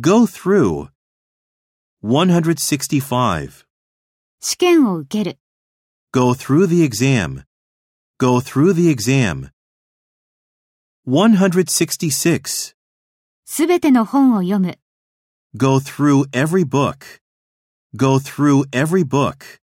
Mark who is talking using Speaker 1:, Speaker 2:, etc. Speaker 1: Go through. 165.
Speaker 2: 試験を受ける、
Speaker 1: Go through the exam. Go through the exam. 166.
Speaker 2: すべての本を読む。
Speaker 1: Go through every book. Go through every book.